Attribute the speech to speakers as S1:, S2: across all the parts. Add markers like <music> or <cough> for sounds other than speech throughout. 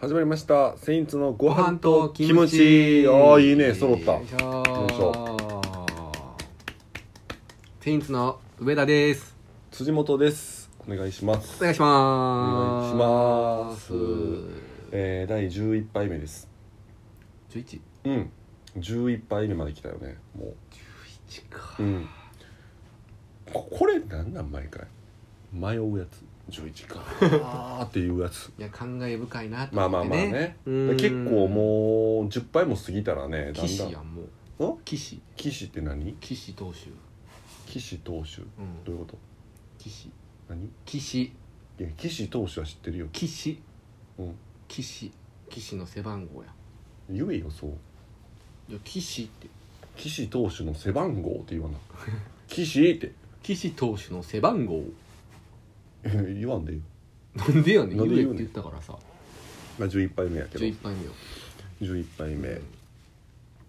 S1: 始まりました「セインツのご
S2: ご
S1: 飯
S2: 飯
S1: と
S2: と
S1: キ
S2: キ
S1: ム
S2: ム
S1: チ」
S2: チ
S1: ああいいね揃った
S2: よいしょ
S1: よいし
S2: セインツの上田です
S1: 辻元ですお願いしま
S2: お
S1: す
S2: 願いしま
S1: お
S2: す
S1: 願いします
S2: 11
S1: えー、第11杯目ですうん11杯目まで来たよねも
S2: 11か
S1: ううんここれなんなん毎回迷うやつ11かあーっていうやつ
S2: いや感慨深いなと
S1: まあま
S2: 思
S1: あ
S2: って
S1: まあね
S2: うん
S1: 結構もう10杯も過ぎたらねだん
S2: 岸
S1: だ
S2: や
S1: ん
S2: んもうん岸
S1: 岸って何
S2: 岸投手
S1: 岸投手
S2: うん
S1: どういうこと
S2: 岸
S1: 何
S2: 岸
S1: いや岸投手は知ってるよ
S2: 岸
S1: うん
S2: 岸岸の背番号や
S1: 言えよそう
S2: いや岸って
S1: 岸投手の背番号って言
S2: <laughs>
S1: わな岸って <laughs>
S2: 岸投手の背番号
S1: 言わんでよ
S2: なんでやねん
S1: なんで
S2: 言え
S1: 言
S2: っ
S1: うねん
S2: て言ったからさ
S1: まあ11杯目やけど
S2: 11杯目よ
S1: 11杯目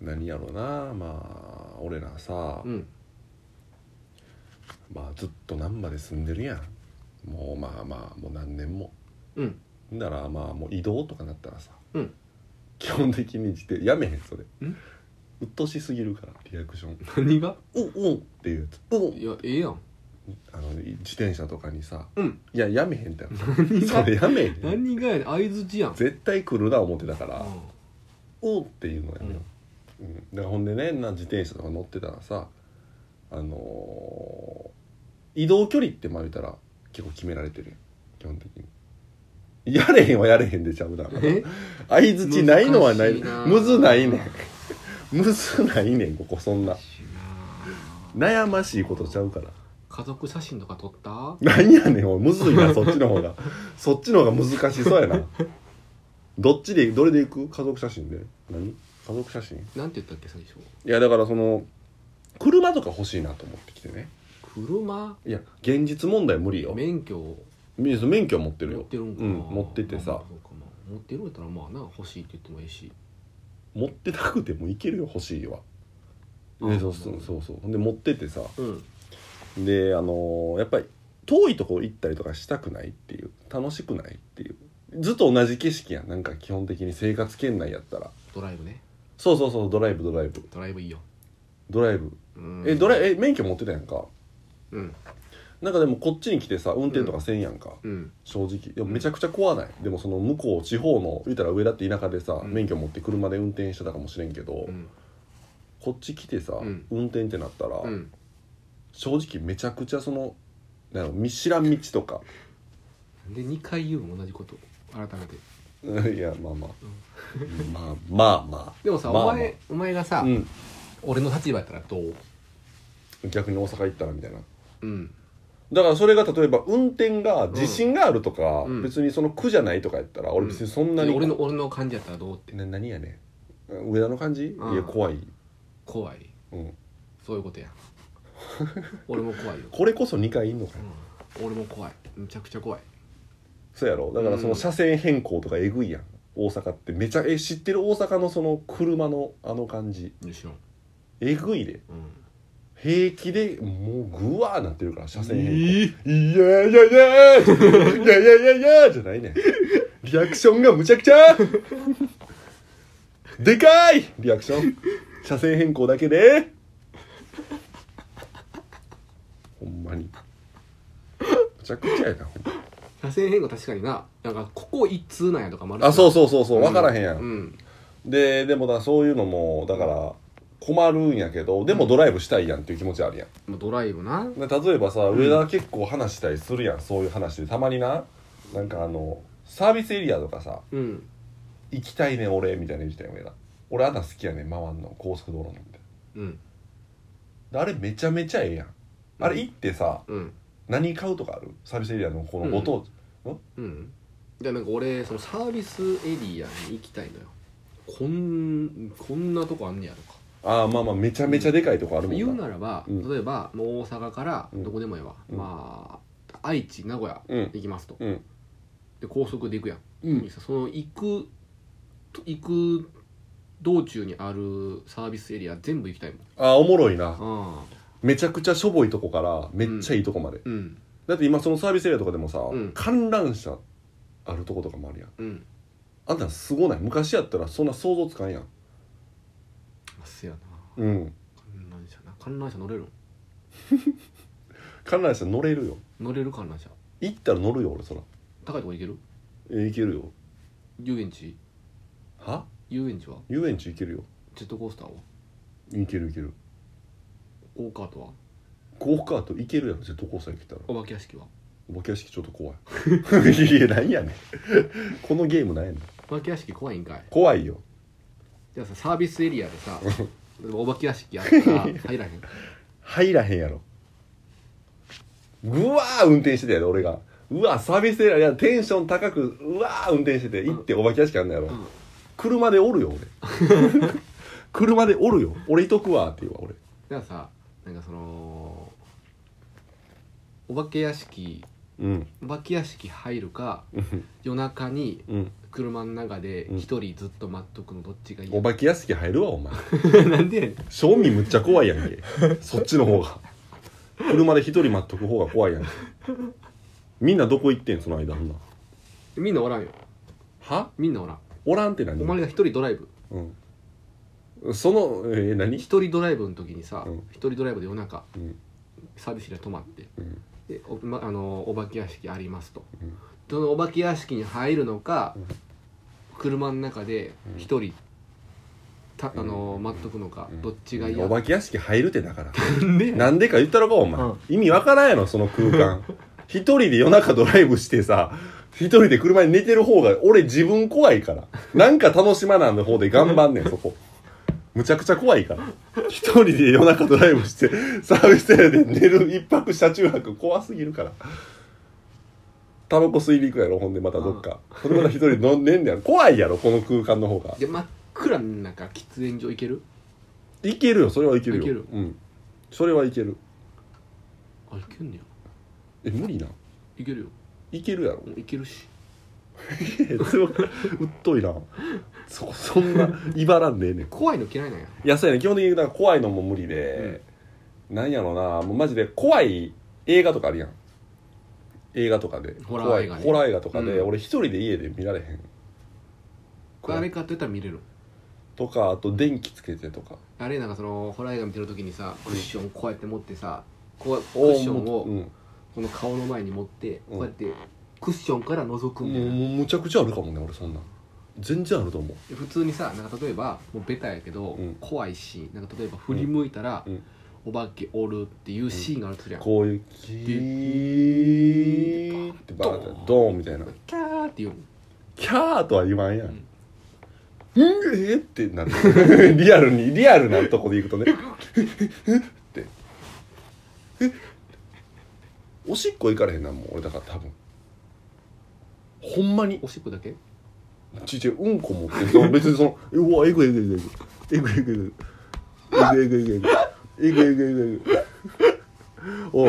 S1: 何やろうなまあ俺らさ、
S2: うん
S1: まあずっと難波で住んでるやんもうまあまあもう何年も
S2: うん
S1: ならまあもう移動とかなったらさ、
S2: うん
S1: 基本的に自転やめへんそれ
S2: ん
S1: 鬱陶しすぎるからリアクション
S2: 何が
S1: 「うんうん」っていうやつ「うん
S2: いやええやん
S1: あの自転車とかにさ「
S2: うん
S1: いややめへん」ってや
S2: 何
S1: つ
S2: が
S1: それやめへん
S2: 何がやねん相づちやん
S1: 絶対来るな思ってたから「
S2: うん
S1: おう」っていうのやめよう、うんだからほんでねな自転車とか乗ってたらさあのー移動距離ってまあ言ったら結構決められてるやん基本的に。やれへんはやれへんでちゃ
S2: <laughs>
S1: うな
S2: え
S1: 相づちないのはない
S2: 難しいな
S1: むずないねん <laughs> むずないねんここそんな
S2: しな
S1: 悩ましいことちゃうから
S2: 家族写真とか撮った
S1: なんやねんおいむずいなそっちの
S2: <laughs>
S1: 方がそっちの方が難しそうやなどっちでどれでいく家族写真で何家族写真
S2: なんて言ったっけ最初
S1: いやだからその車とか欲しいなと思ってきてね
S2: 車
S1: いや現実問題無理よ
S2: 免許を
S1: み免許持ってる
S2: 持っ
S1: よ
S2: てるんか
S1: う
S2: な、
S1: ん持っててさ
S2: まあまあそうかまあ持ってるんやったらまあな欲しいって言ってもええし
S1: 持ってなくてもいけるよ欲しいは
S2: あ
S1: でそう
S2: そ
S1: そううそうそうで持っててさ
S2: うん
S1: であのーやっぱり遠いとこ行ったりとかしたくないっていう楽しくないっていうずっと同じ景色やんなんか基本的に生活圏内やったら
S2: ドライブね
S1: そうそうそうドライブドライブ
S2: ドライブいいよ
S1: ドライブ
S2: うん
S1: えドライえ免許持ってたやんか
S2: うん
S1: なんかでもこっちに来てさ運転とかせんやんか、
S2: うん
S1: 正直でもめちゃくちゃ怖ないでもその向こう地方の言うたら上だって田舎でさ、
S2: うん
S1: 免許持って車で運転してたかもしれんけど、
S2: うん
S1: こっち来てさ、
S2: うん
S1: 運転ってなったら、
S2: うん
S1: 正直めちゃくちゃそのなんやろ見知らん道とか <laughs>
S2: なんで2回言うも同じこと改めて
S1: うんいやまあまあ、 <laughs> まあまあま
S2: でもさ、
S1: まあまあ
S2: お前お前がさ、
S1: あ、うん、
S2: 俺の立場やったらどう
S1: 逆に大阪行ったらみたいな
S2: うん
S1: だからそれが例えば運転が自信があるとか、
S2: うん
S1: 別にその苦じゃないとかやったら、俺別にそんなに
S2: で俺の俺の感じやったらどうって
S1: な何やねん上田の感じ、
S2: うん
S1: いや怖い、
S2: 怖い
S1: うん、
S2: そういう
S1: <laughs>
S2: ことや俺も怖いよ、
S1: これこそ2回いんのかよ、
S2: うん、俺も怖いめちゃくちゃ怖い
S1: そうやろだからその車線変更とかえぐいやん大阪ってめちゃえ知ってる大阪のその車のあの感じ
S2: よしろ
S1: えぐいで
S2: うん
S1: 平気でもうグワーなってるから車線変更、
S2: え
S1: いやいやいやいやいやいやいやじゃないねんリアクションがむちゃくちゃでかいリアクション車線変更だけでほんまにむちゃくちゃやなほんま
S2: 車線変更確かにななんかここ一通なんやとかもある
S1: あそう
S2: そ
S1: そうそうそう分からへんやん、
S2: うん
S1: ででもだそういうのもだから困るんやけどでもドライブしたいやんっていう気持ちあるやん
S2: まあドライブな
S1: で例えばさ上田は結構話したりするやんそういう話でたまにななんかあのサービスエリアとかさ
S2: うん
S1: 「行きたいねん俺」みたいな言うてたやん上田俺あんなん好きやねん回んの高速道路なんて
S2: うん
S1: であれめちゃめちゃええやんあれ行ってさ
S2: うん
S1: 何買うとかあるサービスエリアのこのご当地、
S2: うんでなんか俺そのサービスエリアに行きたいのよこんこんなとこあんねやとか
S1: ああまあまあめちゃめちゃでかいとこあるもんな、
S2: 言うならば、
S1: うん
S2: 例えばもう大阪から
S1: うん
S2: どこでもええわ、
S1: うん
S2: まあ愛知名古屋
S1: うん
S2: 行きますと、
S1: うん
S2: で高速で行くやん、
S1: うん
S2: その行くと行く道中にあるサービスエリア全部行きたいもん
S1: ああおもろいな
S2: あ
S1: めちゃくちゃしょぼいとこからめっちゃいいとこまで、
S2: うん
S1: だって今そのサービスエリアとかでもさ、
S2: うん
S1: 観覧車あるとことかもあるやん
S2: うん
S1: あんたすごない昔やったらそんな想像つかんやん
S2: あすやな
S1: うん
S2: 観覧車な観覧車乗れるん
S1: 観覧車乗れるよ
S2: 乗れる観覧車
S1: 行ったら乗るよ俺そら
S2: 高いとこ行ける
S1: え行けるよ
S2: 遊園地
S1: は
S2: 遊園地は
S1: 遊園地行けるよ
S2: ジェットコースターは
S1: 行ける行ける
S2: ゴーカートは
S1: ゴーカート行けるやろジェットコースター行けたら
S2: お化け屋敷は
S1: お化け屋敷ちょっと怖い <laughs> いやなんやねんこのゲームなんやねん
S2: お化け屋敷怖いんかい
S1: 怖いよ
S2: じゃあさサービスエリアで
S1: <laughs>
S2: さ例えばお化け屋敷やったら入らへん
S1: 入らへんやろうわー運転してたやろ俺がうわサービスエリアテンション高くうわー運転してて行ってお化け屋敷あんのやろ、
S2: ん
S1: 車でおるよ俺
S2: <laughs>
S1: 車でおるよ俺いとくわって言うわ俺
S2: じゃあさなんかそのお化け屋敷
S1: うん
S2: お化け屋敷入るか夜中に
S1: うん
S2: 車の中で
S1: うん
S2: 一人ずっと待っとくのどっちがいい
S1: お化け屋敷入るわお前
S2: <laughs> なんでやねん
S1: 正味むっちゃ怖いやんけそっちの方が車で一人待っとく方が怖いやんけみんなどこ行ってんその間ほんな
S2: みんなおらんよ
S1: は
S2: みんなおらん
S1: おらんって何
S2: お前が一人ドライブ
S1: うん、そのえー、何
S2: 一人ドライブの時にさ
S1: うん
S2: 一人ドライブで夜中
S1: うん
S2: サービスエリア泊まって
S1: うん
S2: でお,、ま、あのお化け屋敷ありますと、
S1: うん
S2: そのお化け屋敷に入るのか、
S1: うん
S2: 車の中で一人、たあの待っとくのか、
S1: うん
S2: どっちがいいや
S1: お化け屋敷入るってだから
S2: なんで
S1: なんでか言ったろかお前、
S2: うん
S1: 意味わからんやろその空間 <laughs> 一人で夜中ドライブしてさ一人で車に寝てる方が俺自分怖いからなんか楽しまなんの方で頑張んねんそこむちゃくちゃ怖いから一人で夜中ドライブしてサービスエリアで寝る一泊車中泊怖すぎるからタバコ吸いに行くやろほんでまたどっか、それまた一人で飲んでんねやろ怖いやろこの空間の方が
S2: で真っ暗の中喫煙所行ける
S1: いけるよそれはいけるよ
S2: いける
S1: うんそれはいける
S2: あ行けんねや
S1: え無理な
S2: 行けるよ
S1: いける
S2: <laughs>
S1: やろ
S2: うん行けるし
S1: えー強く <laughs> うっといなそそんな威張らんでええねんい
S2: 怖いの嫌いなんや
S1: やそうやね基本的になんか怖いのも無理で、なんやろなもうマジで怖い映画とかあるやん映画とかで
S2: ホラー
S1: 怖い
S2: 映画ね
S1: ホラー映画とかで、
S2: うん
S1: 俺一人で家で見られへん怖
S2: 誰
S1: い
S2: かって言ったら見れる
S1: とかあと電気つけてとか
S2: あれなんかそのホラー映画見てる時にさクッションこうやって持ってさこうク
S1: お
S2: ッション
S1: もう
S2: を
S1: ん
S2: この顔の前に持って
S1: うん
S2: こうやってクッションから覗くみたい
S1: もう
S2: な
S1: もうむちゃくちゃあるかもね俺そんなん全然あると思う
S2: 普通にさなんか例えばもうベタやけど、
S1: うん
S2: 怖いしなんか例えば振り向いたら、
S1: うん
S2: お化けおるっていうシーンがあるとするやん、
S1: こういうキーってバーンってドーンみたいな
S2: キャーって言うの
S1: キャーとは言わんやん。うん、えーってなる。リアルに、リアルなとこで行くとね。って。えおしっこ行かれへんな、もう俺だから多分。ほんまに、
S2: おしっこだけ
S1: ちいちゃいうんこ持ってるその別にその、えうわ、えぐいえぐいえぐいえぐいえぐいえぐいえぐいえぐいえぐいえぐいえぐいえぐいえぐいおう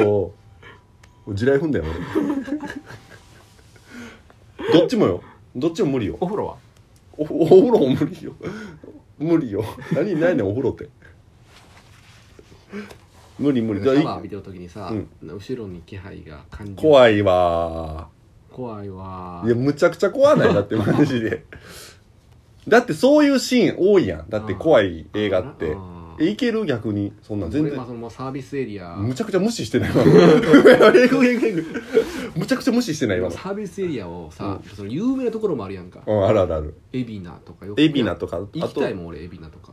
S1: おう。地雷踏んだよ、俺どっちもよ。どっちも無理よ。
S2: お風呂は
S1: お <laughs> お風呂も無理よ無理よ何ないねんお風呂って無理無理
S2: シャ
S1: だ
S2: ワー
S1: い
S2: 見てる時にさ、
S1: うん
S2: 後ろに気配が感じるい
S1: 怖いわ
S2: 怖いわ
S1: ーいやむちゃくちゃ怖ないだってマジでだってそういうシーン多いやんだって怖い映画ってえいける逆にそんなん
S2: 全
S1: 全
S2: 然今
S1: 然
S2: そのサービスエリア
S1: むちゃくちゃ無視してない
S2: <laughs>
S1: わえぐいえぐいえぐいむちゃくちゃ無視してない
S2: サ <laughs>
S1: 今の
S2: ービスエリアをさ、その有名なところもあるやんか
S1: うんあるあるある
S2: 海老名とかよく
S1: 海老名とかあ
S2: 行き
S1: と
S2: たいもん俺海老名とか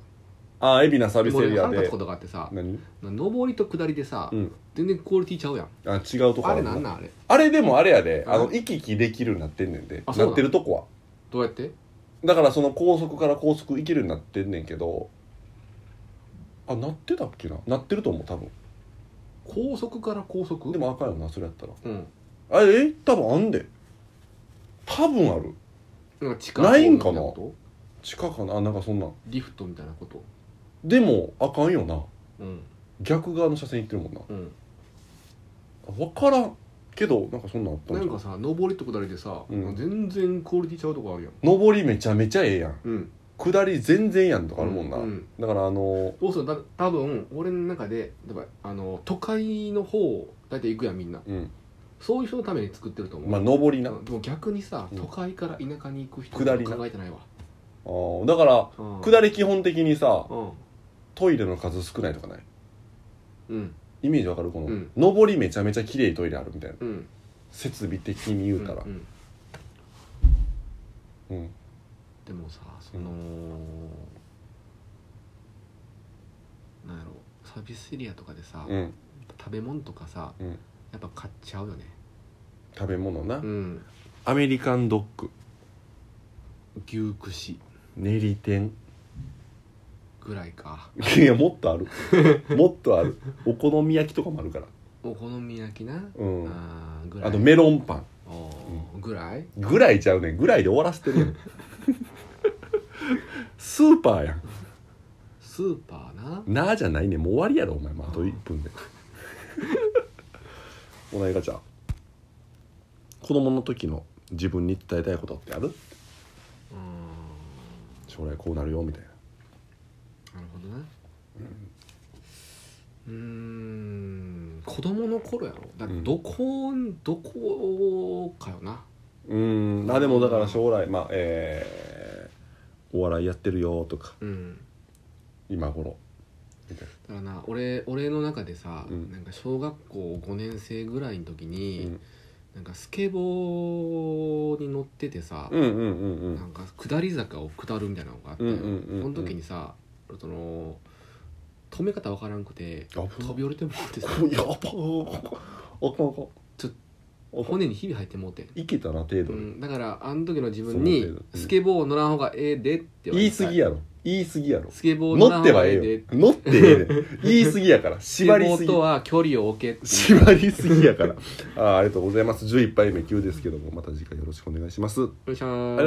S1: あ海老名サービスエリア
S2: 俺腹立つ
S1: で
S2: ことがあってさ
S1: 何
S2: 上りと下りでさ、
S1: うん
S2: 全然クオリティちゃうやん
S1: あ違うとこ
S2: あれ
S1: る
S2: なんなんあれ
S1: あれでもあれやで、
S2: うん
S1: あの行き来できるようになってんねんで
S2: あそうな
S1: な
S2: の
S1: ってるとこは
S2: どうやって
S1: だからその高速から高速行けるようになってんねんけどあなってたっけななってると思う多分
S2: 高速から高速
S1: でも赤いよなそれやったら
S2: うん
S1: あえ多分あんで多分ある
S2: なんか地下
S1: ないんかな
S2: みたいこと
S1: 地下かなあなんかそんなん
S2: リフトみたいなこと
S1: でもあかんよな
S2: うん
S1: 逆側の車線行ってるもんな
S2: うん
S1: あ分からんけどなんかそんなんあったん
S2: な
S1: じゃ
S2: ん
S1: ん
S2: かさ上りと下りでさ、
S1: うん
S2: 全然クオリティちゃうとこあるやん
S1: 上りめちゃめちゃええやん
S2: うん
S1: 下り全然やんとかあるもんな、
S2: うんうん
S1: だからあの
S2: どうするだ多分俺の中で例えばあの都会の方大体行くやんみんな
S1: うん
S2: そういう人のために作ってると思う、
S1: まあ上りな、
S2: うんでも逆にさ
S1: うん
S2: 都会から田舎に行く人
S1: 下りな
S2: 考えてないわ、
S1: あーだから
S2: うん、
S1: 下り基本的にさ
S2: うん
S1: トイレの数少ないとかない
S2: うん
S1: イメージわかるこの、
S2: うん
S1: 上りめちゃめちゃ綺麗いトイレあるみたいな
S2: うん
S1: 設備的に言うたら
S2: んん
S1: うん、
S2: でもさその、なんやろサービスエリアとかでさ、
S1: うん
S2: 食べ物とかさ、
S1: うん
S2: やっぱ買っちゃうよね
S1: 食べ物な、
S2: うん
S1: アメリカンドッグ
S2: 牛串
S1: 練り
S2: <laughs>
S1: 天
S2: ぐらいか
S1: いやもっとあるもっとあるお好み焼きとかもあるから
S2: お好み焼きな、
S1: うん
S2: あーぐらい
S1: あとメロンパン
S2: おーぐらい
S1: ぐらいちゃうねんぐらいで終わらせてるや
S2: <laughs>
S1: んスーパーやん
S2: スーパーな
S1: なあじゃないねんもう終わりやろお前もうあと1分で <laughs> お題ガチャ子供の時の自分に伝えたいことってある
S2: うん
S1: 将来こうなるよみたいな
S2: なるほどねうーん子供の頃やろだからどこ、どこかよな
S1: うーんあでもだから将来まあえーお笑いやってるよとか
S2: うん
S1: 今頃
S2: だからな俺俺の中でさ、
S1: うん
S2: なんか小学校5年生ぐらいの時
S1: う
S2: に、
S1: ん
S2: なんかスケボーに乗っててさ、
S1: うんうんうんう
S2: なんんか下り坂を下るみたいなのがあったよ、
S1: うんうんうんうん
S2: その時にさその止め方わからんくて
S1: やば
S2: 飛び降りてもうてさ
S1: やばーあかんあかん
S2: ち
S1: あ
S2: ょ
S1: かん
S2: 骨にひび入ってもうてん、
S1: いけたな程
S2: う
S1: 度に
S2: ん、だからあの時の自分
S1: その
S2: に
S1: 程度うん
S2: スケボーを乗らん方がええでって言わ
S1: 言
S2: れ
S1: い
S2: た
S1: 過ぎやろ言い過ぎやろ
S2: スケボー乗
S1: 乗
S2: らん
S1: って
S2: 方
S1: は
S2: が
S1: え
S2: ええ
S1: え
S2: で
S1: よ乗ってええねん言い過ぎやから
S2: スケボ
S1: 縛りす
S2: ー
S1: ぎ
S2: とは距離を置けっていう
S1: 縛りすぎやからあーありがとうございます11杯目急ですけどもまた次回よろしくお願いします
S2: お願いしま
S1: ありがと
S2: す
S1: うございました